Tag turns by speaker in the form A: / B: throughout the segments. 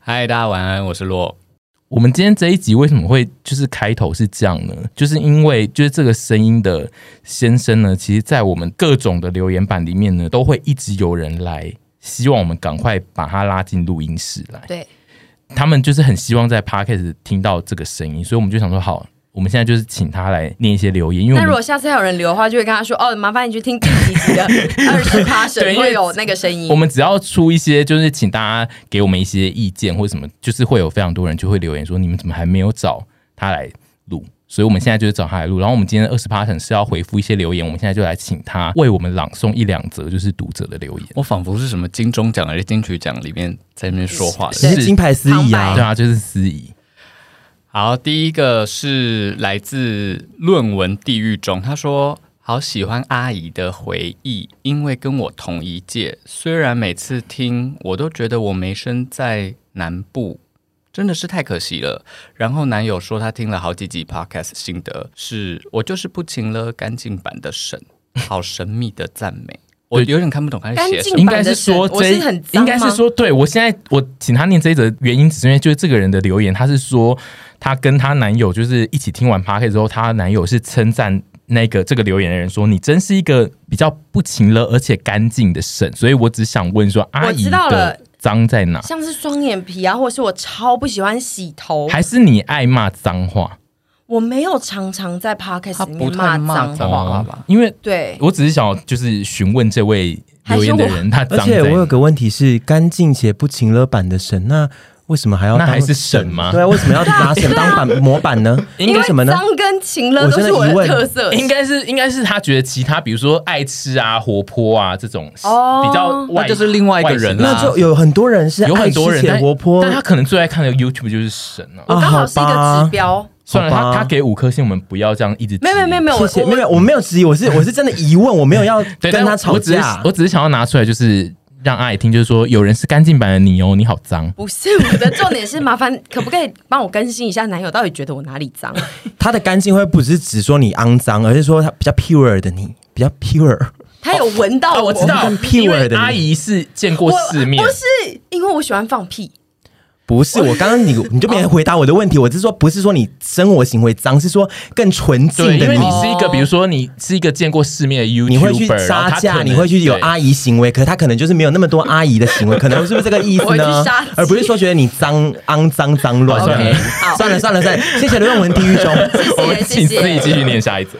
A: 嗨，大家晚安，我是洛。
B: 我们今天这一集为什么会就是开头是这样呢？就是因为就是这个声音的先生呢，其实在我们各种的留言板里面呢，都会一直有人来希望我们赶快把他拉进录音室来。
C: 对，
B: 他们就是很希望在 podcast 听到这个声音，所以我们就想说，好，我们现在就是请他来念一些留言，因为
C: 那
B: 我
C: 如
B: 们
C: 果下次还有人留的话，就会跟他说：“哦，麻烦你去听第几 集的二十趴神
B: 对因为
C: 会有那个声音。”
B: 我们只要出一些，就是请大家给我们一些意见或什么，就是会有非常多人就会留言说，你们怎么还没有找他来录？所以我们现在就是找他来录。然后我们今天的二十 p a 是要回复一些留言，我们现在就来请他为我们朗诵一两则就是读者的留言。
A: 我仿佛是什么金钟奖还是金曲奖里面在那边说话的。
B: 是
D: 金牌司仪
C: 旁
B: 对
D: 啊，
B: 啊，就是司仪，
A: 好，第一个是来自论文地狱中，他说。好喜欢阿姨的回忆，因为跟我同一届，虽然每次听我都觉得我没生在南部，真的是太可惜了。然后男友说他听了好几集 podcast 心得是，我就是不勤了干净版的神，好神秘的赞美，我有点看不懂他在写什
C: 干净
A: 么。
B: 应该是说
C: 我
B: 这
C: 是很
B: 应
C: 脏吗
B: 该是说，对我现在我请他念这一则原因，只是因为就是这个人的留言，他是说她跟她男友就是一起听完 p a r k 之后，她男友是称赞那个这个留言的人说：“你真是一个比较不勤了而且干净的省。”所以我只想问说，阿姨
C: 知道了
B: 的脏在哪？
C: 像是双眼皮啊，或者是我超不喜欢洗头，
B: 还是你爱骂脏话？
C: 我没有常常在 podcast
A: 他
C: 里
A: 不
C: 面
A: 太骂
C: 脏
A: 脏话吧？
B: 哦因为
C: 对，
B: 我只是想要就是询问这位留言的人，他
D: 而
B: 脏
D: 且
B: 在
D: 我有
B: 哪？
D: 个问题是，干净且不勤了版的神，那为什么还要
B: 那
D: 当
B: 还是省吗
D: 对啊，为什么要拿省当版模板呢？
C: 因为
D: 为什么呢？
C: 脏跟情了
D: 我
C: 都
D: 现在
C: 是我的
D: 疑问
C: 特色。
B: 应该是应该是他觉得其他比如说爱吃啊、活泼啊这种
C: 哦
B: 比较外，
A: 那就是另外一个人啦
D: 那 就有很多人是
B: 有很多
D: 爱
B: 人
D: 吃且
B: 但
D: 活泼
B: 但他可能最爱看的 YouTube 就是神啊。
C: 我刚好是一
D: 啊
C: 个
D: 好吧
C: 指标，
B: 算了，
D: 好
B: 他
D: 吧
B: 他给五颗星，我们不要这样一直质疑。
C: 没有没有没有没有，
D: 谢谢，
C: 我
D: 没有，我没有质疑，我是我是真的疑问，我没有 要
B: 对，
D: 跟
B: 但
D: 他吵
B: 我只是
D: 架
B: 我。只是想要拿出来，就是让阿姨听，就是说有人是干净版的你哦，你好脏。
C: 不是我的重点是麻烦，可不可以帮我更新一下男友到底觉得我哪里脏？
D: 他的干净会不是只说你肮脏，而是说他比较 pure 的你，比较 pure。
C: 他有闻到
B: 哦，我知道
D: 更，pure
B: 因为
D: 的你
B: 阿姨是见过
C: 我
B: 世面
C: 不，是因为我喜欢放屁，
D: 不是，我刚刚你你就没回答我的问题，我是说不是说你生活行为脏，是说更纯净
B: 对，因
D: 的
B: 为
D: 你
B: 你。
C: 哦
B: 是一个，比如说你是一个见过世面的 YouTuber，
D: 你会去
B: 然后
D: 杀
B: 他可
D: 价，
B: 能
D: 你会去有
B: 对
D: 阿姨行为，可是他可能就是没有那么多阿姨的行为，可能是不是这个意
C: 我
D: 思
C: 会去
D: 呢
C: 杀鸡？
D: 而不是说觉得你脏、肮脏、脏乱。
B: 好算了
C: 好
D: 算了，算了，算了，谢谢论文地狱中。
B: 我们
C: 谢谢
B: 请
C: 谢
B: 自己
C: 谢。
B: 继续念下一则。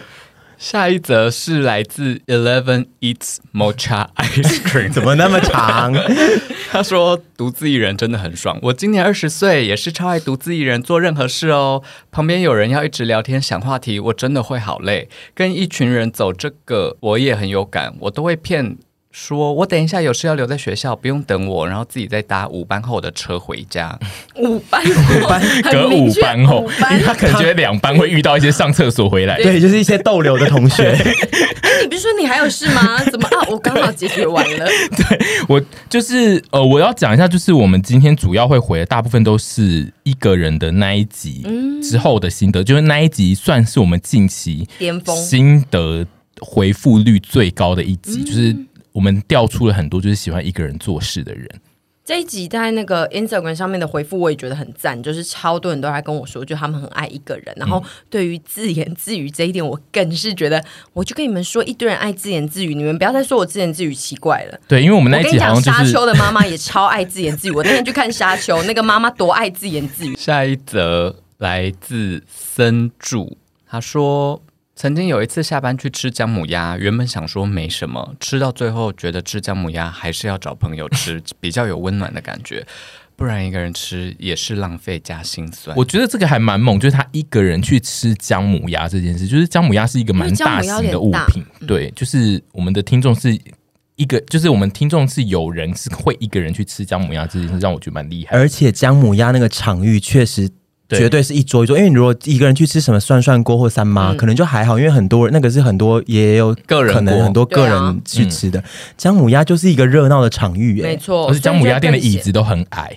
A: 下一则是来自 Eleven Eats Mocha Ice Cream。
D: 怎么那么 长？
A: 他说独自一人真的很爽。我今年二十岁，也是超爱独自一人做任何事哦。旁边有人要一直聊天想话题，我真的会好累。跟一群人走这个，我也很有感，我都会骗。说我等一下有事要留在学校，不用等我，然后自己再搭五班后的车回家。
C: 五班哦五班
B: 隔五班后，
C: 五
B: 因
C: 班
B: 为他可能觉得两班会遇到一些上厕所回来。
D: 对，就是一些逗留的 同学。
C: 你不是说你还有事 吗？怎么啊？我刚好解决完了。
B: 我就是呃，我要讲一下，就是我们今天主要会回的大部分都是一个人的那一集
C: 嗯
B: 之后的心得，就是那一集算是我们近期
C: 巅峰
B: 心得回复率最高的一集，就是
C: 嗯
B: 我们调出了很多就是喜欢一个人做事的人。
C: 这一集在那个 Instagram 上面的回复，我也觉得很赞，就是超多人都来跟我说，就他们很爱一个人。然后
B: 嗯
C: 对于自言自语这一点，我更是觉得，我就跟你们说，一堆人爱自言自语，你们不要再说我自言自语奇怪了。
B: 对，因为我们那
C: 我
B: 一
C: 跟你
B: 集好
C: 讲，
B: 像就
C: 沙
B: 是
C: 丘的妈妈也超爱自言自语。我那天去看沙丘，那个妈妈多爱自言 自语。
A: 下一则来自森柱，他说。曾经有一次下班去吃姜母鸭，原本想说没什么，吃到最后觉得吃姜母鸭还是要找朋友吃，比较有温暖的感觉，不然一个人吃也是浪费加心酸。
B: 我觉得这个还蛮猛，就是他一个人去吃姜母鸭这件事，就是姜母鸭是一个蛮大嗯型的物品，对，就是我们的听众是一个，就是我们听众是有人是会一个人去吃姜母鸭这件事，让我觉得蛮厉害。
D: 而且姜母鸭那个场域确实。
B: 对
D: 绝对是一桌一桌，因为你如果一个人去吃什么涮涮锅或三妈，
B: 嗯
D: 可能就还好，因为很多那个是很多也有
A: 个人锅
D: 可能很多个
C: 对啊
D: 人去吃的。姜母鸭就是一个热闹的场域、
C: 没
D: 哎，
C: 错，
B: 而且姜母鸭店的
C: 所
B: 椅
C: 以就会更
B: 子都很 矮，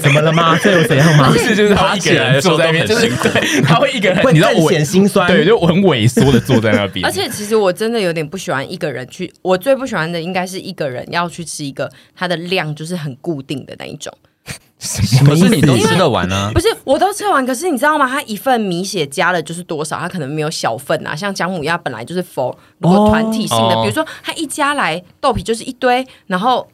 D: 怎么了吗？这有怎样 吗？
B: 是就是他一个人坐在那边，就是对， 他会一个人，
D: 会
B: 你知道
D: 更
B: 我
D: 显心酸。
B: 对，就很萎缩的坐在那 边，
C: 而且其实我真的有点不喜欢一个人去，我最不喜欢的应该是一个人要去吃一个它的量就是很固定的那一种。
D: 什
A: 可
D: 么意
A: 是你都
D: 思？
A: 吃得完啊
C: 不。是，我都吃完，可是你知道吗？它一份米血加了就是多少？它可能没有小份啊，像姜母鸭本来就是否如果团体性的，
B: 哦
C: 比如说它一加来豆皮就是一堆，然后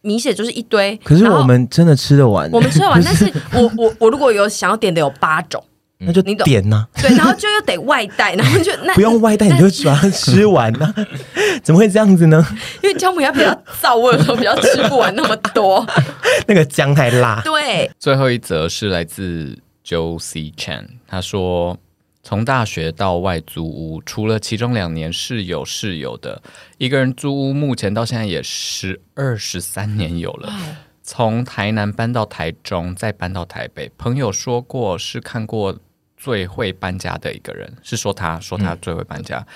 C: 米血就是一堆。
D: 可是
C: 然后
D: 我们真的吃得完，
C: 我们吃 完，但是我我我如果有想要点的有八种，
D: 欸那就
C: 你懂
D: 点呐、
C: 对，然后就又得外带，然后就那
D: 不用外带你就把它吃完呐、怎么会这样子呢？
C: 因为姜母鸭比较燥，我有时候比较吃不完那么多。
D: 那个姜太辣，
C: 对，
A: 最后一则是来自 Josie Chan，他说。从大学到外租屋，除了其中两年是有室友的，一个人租屋，目前到现在也十二十三年有了。从台南搬到台中，再搬到台北，朋友说过是看过最会搬家的一个人，是说他说他最会搬家，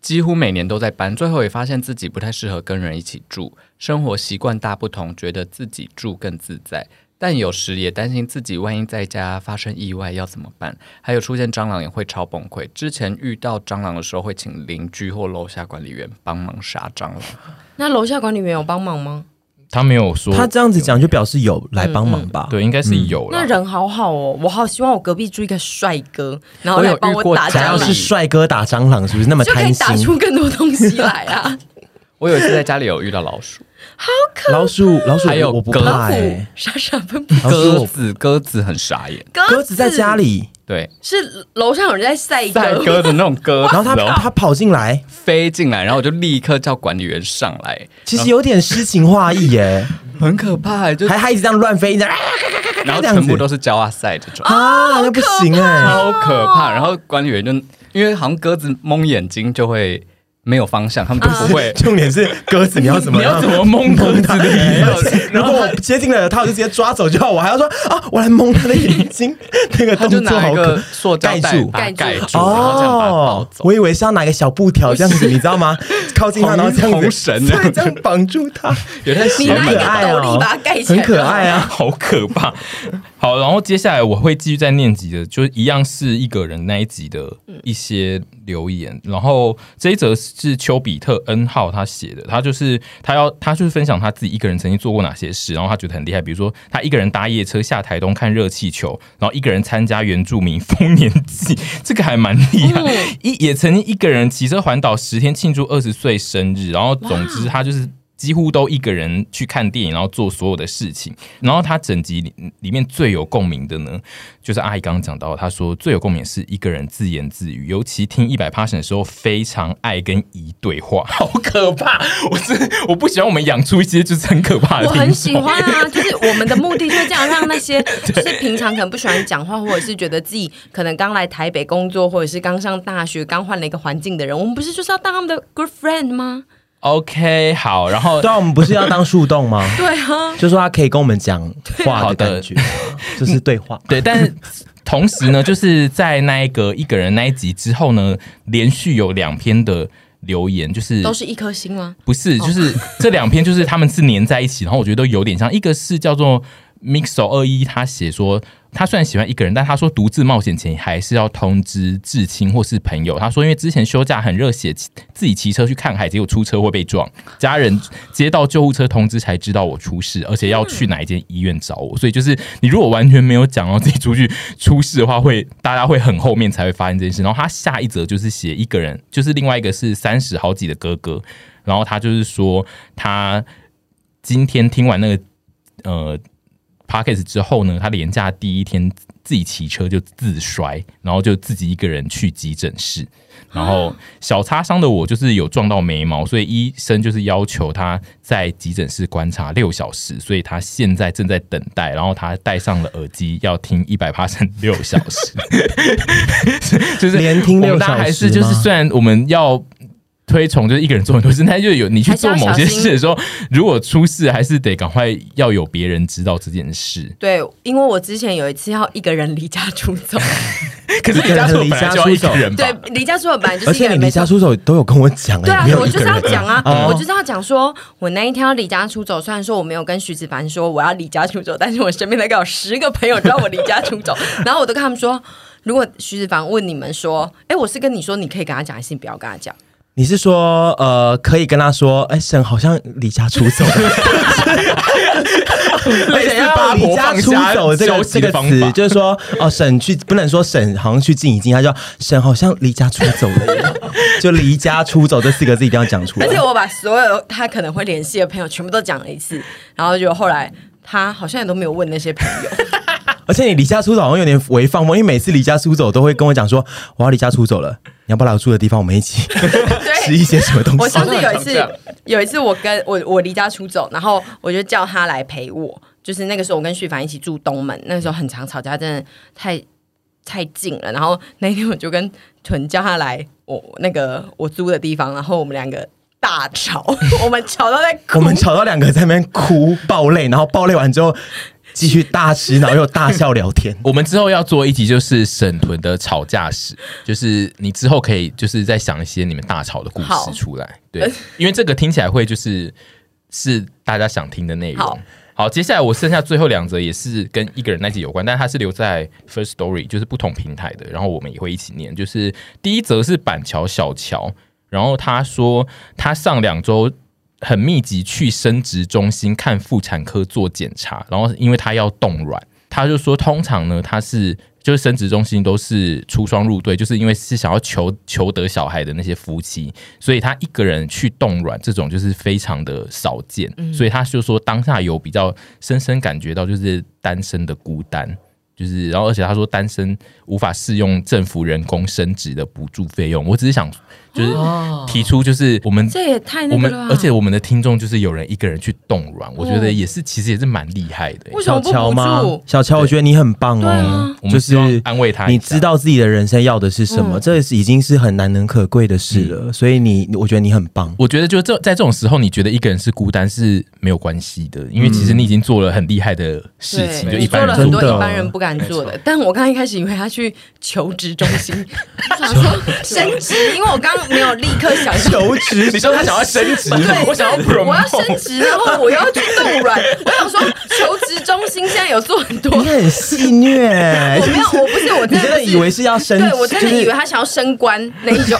A: 几乎每年都在搬，最后也发现自己不太适合跟人一起住，生活习惯大不同，觉得自己住更自在。但有时也担心自己万一在家发生意外要怎么办，还有出现蟑螂也会超崩溃。之前遇到蟑螂的时候，会请邻居或楼下管理员帮忙杀蟑螂。
C: 那楼下管理员有帮忙吗？
B: 他没有说
D: 他这嗯样子讲就表示有来帮忙吧？
B: 对，应该是有了。
C: 那人好好哦，我好希望我隔壁住一个帅哥，然后
A: 我有
C: 来帮
A: 遇过
C: 打
D: 想
C: 蟑
D: 要
A: 蟑
C: 螂
D: 是。帅哥打蟑螂，是不是那么
C: 就可
D: 贪
C: 以打
D: 心？
C: 出更多东西来 啊！
A: 我有一次在家里有遇到老鼠，
D: 老鼠，老鼠，
A: 还有
D: 我不
A: 鸽
D: 怕
C: 老
D: 哎、
C: 虎傻傻分不
D: 老鼠
A: 鸽
D: 我
A: 子鸽子很傻眼，
D: 鸽子在家里，
A: 对，
C: 是楼上有人在晒
A: 赛
C: 鸽，
A: 鸽的那种鸽子
D: 然后他
A: 哦，
D: 他跑进来，
A: 飞进来，然后我就立刻叫管理员上来，
D: 其实有点诗情画意耶、
A: 很可怕、欸就
D: 还还一直这样乱飞，一直啊
A: 然后
D: 这样子
A: 全部都是胶啊赛这种，
D: 啊，那不行哎、
A: 超可怕。然后管理员就因为好像鸽子蒙眼睛就会没有方向，他们就不 会。
D: 重点是鸽子，你要怎么
B: 你要
D: 让
B: 怎 么蒙鸽子的眼
D: 而且如果我接近了它，我就直接抓走就好，我还要说啊，我来蒙它的眼睛，那个
A: 他
D: 动
A: 就
D: 作
A: 拿一
D: 好
A: 个
D: 可。
A: 塑胶
D: 盖
A: 袋
D: 住
A: 把它盖
C: 盖
A: 住，哦
C: 住
A: 然后这样把它抱走。
D: 我以为是要拿一个小布条这样子，你知道吗？靠近它，然后这样
A: 红
D: 子
A: 绳这样
D: 对，
A: 子
D: 这样绑住它，
A: 有点
C: 你
A: 邪
C: 拿一
A: 门
C: 个
D: 好可爱哦
C: 斗笠把它盖起来，
D: 很可爱啊。
B: 好可怕。好，然后接下来我会继续再念几的，就是一样是一个人那一集的一些留言。然后这一则是丘比特 N 号他写的，他就是他要他就是分享他自己一个人曾经做过哪些事，然后他觉得很厉害，比如说他一个人搭夜车下台东看热气球，然后一个人参加原住民丰年祭，这个还蛮厉害。一也曾经一个人骑车环岛十天庆祝二十岁生日，然后总之他就是。几乎都一个人去看电影，然后做所有的事情。然后他整集里里面最有共鸣的呢，就是阿姨刚刚讲到，她说最有共鸣是一个人自言自语，尤其听一百 passion 的时候，非常爱跟姨对话， 好可怕！我真我不喜欢我们养出一些就是很可怕的
C: 我
B: 听众。
C: 很喜欢 啊，就是我们的目的就是这样，让那些就是平常可能不喜欢讲话，或者是觉得自己可能刚来台北工作，或者是刚上大学、刚换了一个环境的人，我们不是就是要当他们的 good friend 吗？
B: OK，好，然后
D: 对啊，我们不是要当树洞吗？
C: 对啊，
D: 就说它可以跟我们讲话的感觉，就是对话。
B: 对，但是同时呢，就是在那一个一个人那一集之后呢，连续有两篇的留言，就是
C: 都是一颗星吗？
B: 不是，就是这两篇，就是他们是粘在一起，然后我觉得都有点像，一个是叫做 Mixo 二一，他写说他虽然喜欢一个人，但他说独自冒险前还是要通知至亲或是朋友。他说因为之前休假很热血，骑自己骑车去看海，结果出车祸被撞，家人接到救护车通知才知道我出事，而且要去哪一间医院找我。所以就是你如果完全没有讲到自己出去出事的话，会大家会很后面才会发现这件事。然后他下一则就是写一个人，就是另外一个是三十好几的哥哥，然后他就是说他今天听完那个呃 p o c k e t 之后呢，他连假第一天自己骑车就自摔，然后就自己一个人去急诊室，然后小擦伤的我就是有撞到眉毛，所以医生就是要求他在急诊室观察六小时，所以他现在正在等待，然后他戴上了耳机要听一百 p a 六小时， 就是
D: 连听
B: 我
D: 六
B: 们大家
D: 小
B: 还
D: 时
B: 是就是
D: 吗
B: 虽然我们要。推崇就是一个人做很多事，但就有你去
C: 还是
B: 做
C: 要
B: 某
C: 小
B: 些
C: 心
B: 事的时候，如果出事，还是得赶快要有别人知道这件事。
C: 对，因为我之前有一次要一个人离家出 走，
B: 可是
D: 一个人
B: 家属
D: 离
B: 本来
D: 家
B: 就要
D: 出
B: 一个
D: 走
B: 人吧
C: 对？，离家出走本来就
D: 而
C: 是一
D: 且
C: 个人
D: 你
C: 没
D: 离
C: 错
D: 家出走都有跟我讲，
C: 对啊
D: 没，有
C: 我
D: 一
C: 就
D: 个
C: 是要
D: 人
C: 讲啊，
D: 哦
C: 我就是要讲说，我那一天要离家出走。虽然说我没有跟徐子凡说我要离家出走，但是我身边大概有十个朋友知道我离家出 走，然后我都跟他们说，如果徐子凡问你们说，哎、我是跟你说，你可以跟他讲，还是你不要跟他讲？
D: 你是说呃，可以跟他说，哎、沈好像离家出走了， 类似把离家出走这个
B: 休息
D: 这
B: 的
D: 个
B: 方法
D: 词，就是说哦，沈去不能说沈好像去静一静，他就沈好像离家出走了 耶，就离家出走这四个字一定要讲出来
C: 而。且我把所有他可能会联系的朋友全部都讲了一次，然后就后来他好像也都没有问那些朋友，
D: 而且你离家出走好像有点违放风，因为每次离家出走都会跟我讲说我要离家出走了，你要不要来我住的地方，我们一起 吃一
C: 对。
D: 些什么东
C: 我
D: 西？
C: 上次有一
B: 好像很常这样
C: 次，有一次我跟我我离家出走，然后我就叫他来陪我，就是那个时候我跟旭凡一起住东门，那个时候很常吵架，真的太太近了。然后那一天我就跟屯叫他来我那个我租的地方，然后我们两个大吵， 我们吵到在哭，
D: 我们吵到两个在那边哭爆泪，然后爆泪完之后继续大吃，然后又大笑聊 天。
B: 我们之后要做一集，就是沈屯的吵架史，就是你之后可以就是再想一些你们大吵的故
C: 好
B: 事出来，对，因为这个听起来会就是是大家想听的内容
C: 好。
B: 好，接下来我剩下最后两则也是跟一个人那集有关，但它是留在 First Story，就是不同平台的，然后我们也会一起念。就是第一则是板桥小乔，然后他说他上两周很密集去生殖中心看妇产科做检查，然后因为他要冻卵，他就说通常呢他是就是生殖中心都是出双入对，就是因为是想要求求得小孩的那些夫妻，所以他一个人去冻卵这种就是非常的少见，
C: 嗯
B: 所以他就说当下有比较深深感觉到就是单身的孤单。就是，然后而且他说单身无法适用政府人工生殖的补助费用。我只是想，就是提出，就是我们
C: 哦这也太
B: 我
C: 那个
B: 们
C: 了吧。啊
B: 而且我们的听众就是有人一个人去冻卵，我觉得也是其实也是蛮厉害的、
C: 为什么
D: 小
C: 不
D: 乔
C: 补
D: 吗
C: 助？？
D: 小乔，我觉得你很棒
C: 对
D: 哦
C: 啊，嗯
B: 我们
D: 就
B: 希望
D: 是
B: 安慰他一下
D: 你知道自己的人生要的是什么，这是已经是很难能可贵的事
B: 嗯
D: 了。所以你，我觉得你很棒。
B: 我觉得就这在这种时候，你觉得一个人是孤单是没有关系的，因为其实你已经做了很厉害的事情，
C: 对
B: 就
C: 你
B: 一
C: 做
B: 般
C: 了
B: 人
C: 很
B: 做不
D: 真
C: 多
D: 的
B: 到。
C: 一般人不敢做的。但我刚一开始以为他去求职中心，我想说升职，因为我刚刚没有立刻想到。
D: 求职，
B: 你说他想要升 职
C: 对，
B: 我想要
C: 就是 我要
B: promote
C: 升职，然后我又要去 冻卵。我想说，求职中心现在有做很多，我
D: 你
C: 没
D: 很戏虐、
C: 有，我不是，我
D: 你
C: 真
D: 真
C: 的
D: 的
C: 不是
D: 以为是要升？
C: 对我真
D: 就
C: 的
D: 是
C: 以为他想要升官那一种。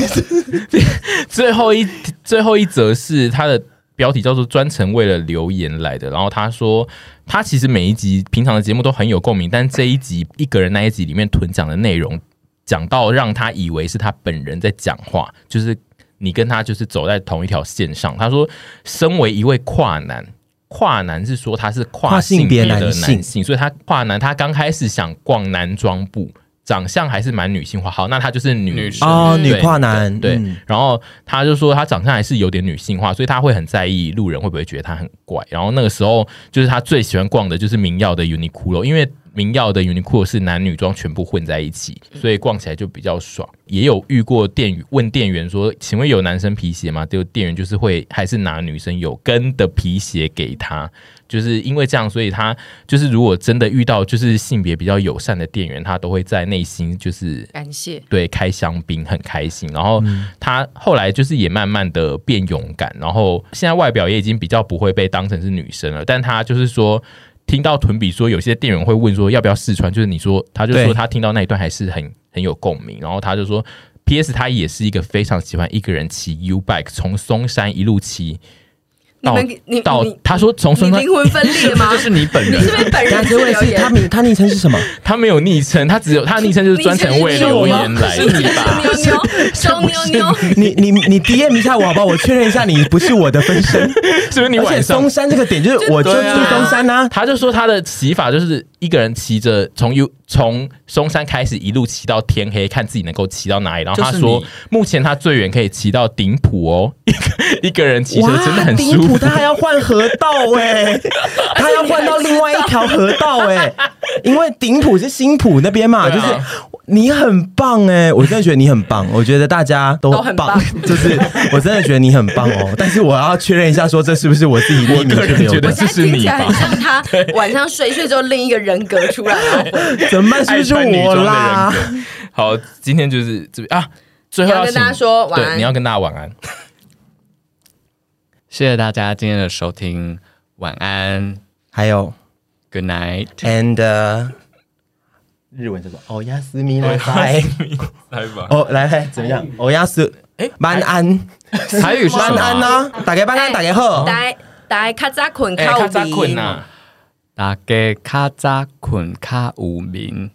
B: 最后一最后一则是他的标题叫做“专程为了留言来的”，然后他说他其实每一集平常的节目都很有共鸣，但这一集一个人那一集里面囤讲的内容，讲到让他以为是他本人在讲话，就是你跟他就是走在同一条线上。他说，身为一位跨男。跨男是说他是跨
D: 跨性别
B: 的
D: 男
B: 男
D: 性
B: 性，所以他跨男，他刚开始想逛男装部，长相还是蛮女性化。好，那他就是女
A: 女
B: 女
A: 生
D: 哦，
B: 对
D: 女跨男，
B: 对，
D: 嗯
B: 然后他就说他长相还是有点女性化，所以他会很在意路人会不会觉得他很怪。然后那个时候就是他最喜欢逛的就是明耀的 Uniqlo，因为明耀的 Uniqlo 是男女装全部混在一起，
D: 嗯
B: 所以逛起来就比较爽。也有遇过店员问店员说：“请问有男生皮鞋吗？”就店员就是会还是拿女生有跟的皮鞋给他。就是因为这样，所以他就是如果真的遇到就是性别比较友善的店员，他都会在内心就是
C: 感谢，
B: 对开香槟很开心，然后他后来就是也慢慢的变勇敢，然后现在外表也已经比较不会被当成是女生了，但他就是说。听到屯比说有些店员会问说要不要试穿，就是你说，他就
D: 对
B: 说他听到那一段还是很很有共鸣，然后他就说，P.S. 他也是一个非常喜欢一个人骑 U bike 从松山一路骑
C: 你
B: 到
C: 们你
B: 到
C: 你，
B: 他说从
C: 你
B: 松山
C: 灵魂分裂吗
A: 这？是你本
C: 你
A: 人
C: 是不是本
D: 但
C: 人
D: 是问
C: 留
D: 题是他
C: 言？
D: 名他昵称是什么？
B: 他没有昵称，他只有他的昵称就是专程为留言来
A: 是你吧？
C: 牛牛，小牛牛。
D: 你你你 DM 一下我好不好？我确认一下你不是我的分身，
B: 是不是 你
D: 而且
B: 晚上
D: 松山这个点就是我就住
B: 对啊
D: 松山 呐、啊。
B: 他就说他的骑法就是一个人骑着从 U 从松山开始一路骑到天黑，看自己能够骑到哪里。然后他
A: 就是
B: 说
A: 你，
B: 目前他最远可以骑到顶埔哦， 一个一个人骑车真的很
D: 丁
B: 舒
D: 普
B: 服。
D: 他还要换河道 哎、他要换到另外一条河道哎、因为顶埔是新浦那边嘛，
B: 对
D: 就
B: 啊
D: 是你很棒哎、我真的觉得你很棒，我觉得大家都
C: 都很棒
D: 就是我真的觉得你很棒 哦。但是我要确认一下，说这是不是我自己匿名
B: 个人
D: 去留
B: 觉得
C: 我
D: 的
C: 现在
B: 这是
C: 听
B: 你
C: 起来
B: 吧
C: 很像他晚上睡一睡之后另一个人格出来，然后回
D: 怎么办？是不是
B: 爱穿女
D: 我
B: 装的
D: 啦？
B: 人格好，今天就是这边啊，最后
C: 你要跟
B: 请
C: 大家说晚安
B: 对，你要跟大家晚安。
A: 谢谢大家今天的收听，晚 安
D: 还有
A: ，Good night。
D: and、日文叫什么？欧亚斯米来拜。哦
B: 来吧。
D: 哦，来来，怎么样？欧亚斯，
B: 哎，
D: 班安，
A: 台语是什
D: 班
A: 么
D: 安
A: 啊？
D: 呐，打给班安，打给贺，
C: 大大卡扎困
B: 哎，
C: 靠
B: 他扎困
C: 边，
B: 呐，
A: 大家卡扎困卡无名，